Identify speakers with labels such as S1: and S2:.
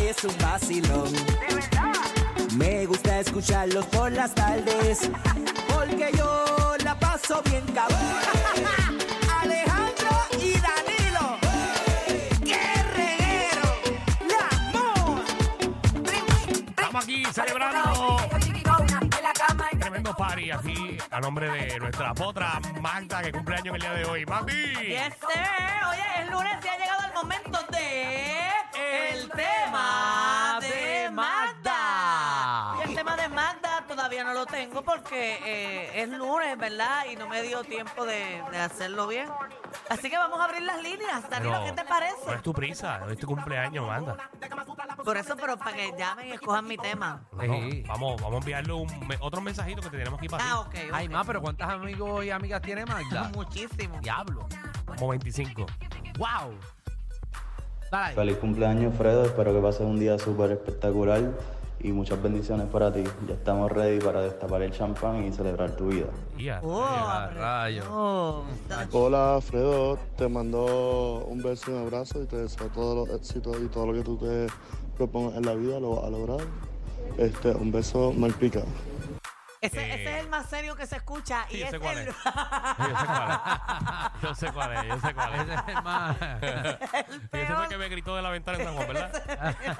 S1: es un vacilón.
S2: De verdad.
S1: Me gusta escucharlos por las tardes, porque yo la paso bien cabrón. Alejandro y Danilo, qué reguero, la moa.
S3: Estamos aquí celebrando tremendo party aquí a nombre de nuestra potra Magda que cumple años en el día de hoy. ¡Mami!
S4: Yes, sir. Este, Oye, es lunes y ha llegado el momento de. El tema de Magda. Y el tema de Magda todavía no lo tengo porque eh, es lunes, ¿verdad? Y no me dio tiempo de, de hacerlo bien. Así que vamos a abrir las líneas. Danilo,
S3: Pero, pues,
S4: ¿qué te
S3: No
S4: parece?
S3: es tu prisa, hoy es tu cumpleaños, Magda.
S4: Por eso, pero para que llamen y escojan mi tema.
S3: No, vamos, vamos a enviarle un, me- otro mensajito que te tenemos aquí para ti.
S4: Ah, ok. ok.
S5: Ay, más, pero ¿cuántos amigos y amigas tiene Magda?
S4: Muchísimo.
S5: Diablo.
S3: Como 25.
S5: ¡Wow! Dale. ahí.
S6: Feliz cumpleaños, Fredo. Espero que pases un día súper espectacular y muchas bendiciones para ti. Ya estamos ready para destapar el champán y celebrar tu vida.
S3: Ya.
S4: Oh,
S5: Ah,
S4: hombre.
S5: rayo.
S4: Oh, está-
S7: Hola Fredo, te mando un beso y un abrazo y te deseo todos los éxitos y todo lo que tú te propongas en la vida lo vas a lograr. Este, un beso mal pica.
S4: Ese,
S3: Eh,
S4: ese es el más serio que se escucha.
S3: Sí,
S4: y este
S3: yo
S4: es
S3: sé cuál
S4: el-
S3: es. Yo sé cuál es. Yo sé cuál es, yo sé cuál es.
S5: Ese es el más.
S3: Y ese fue el que me gritó de la ventana en San Juan, ¿verdad?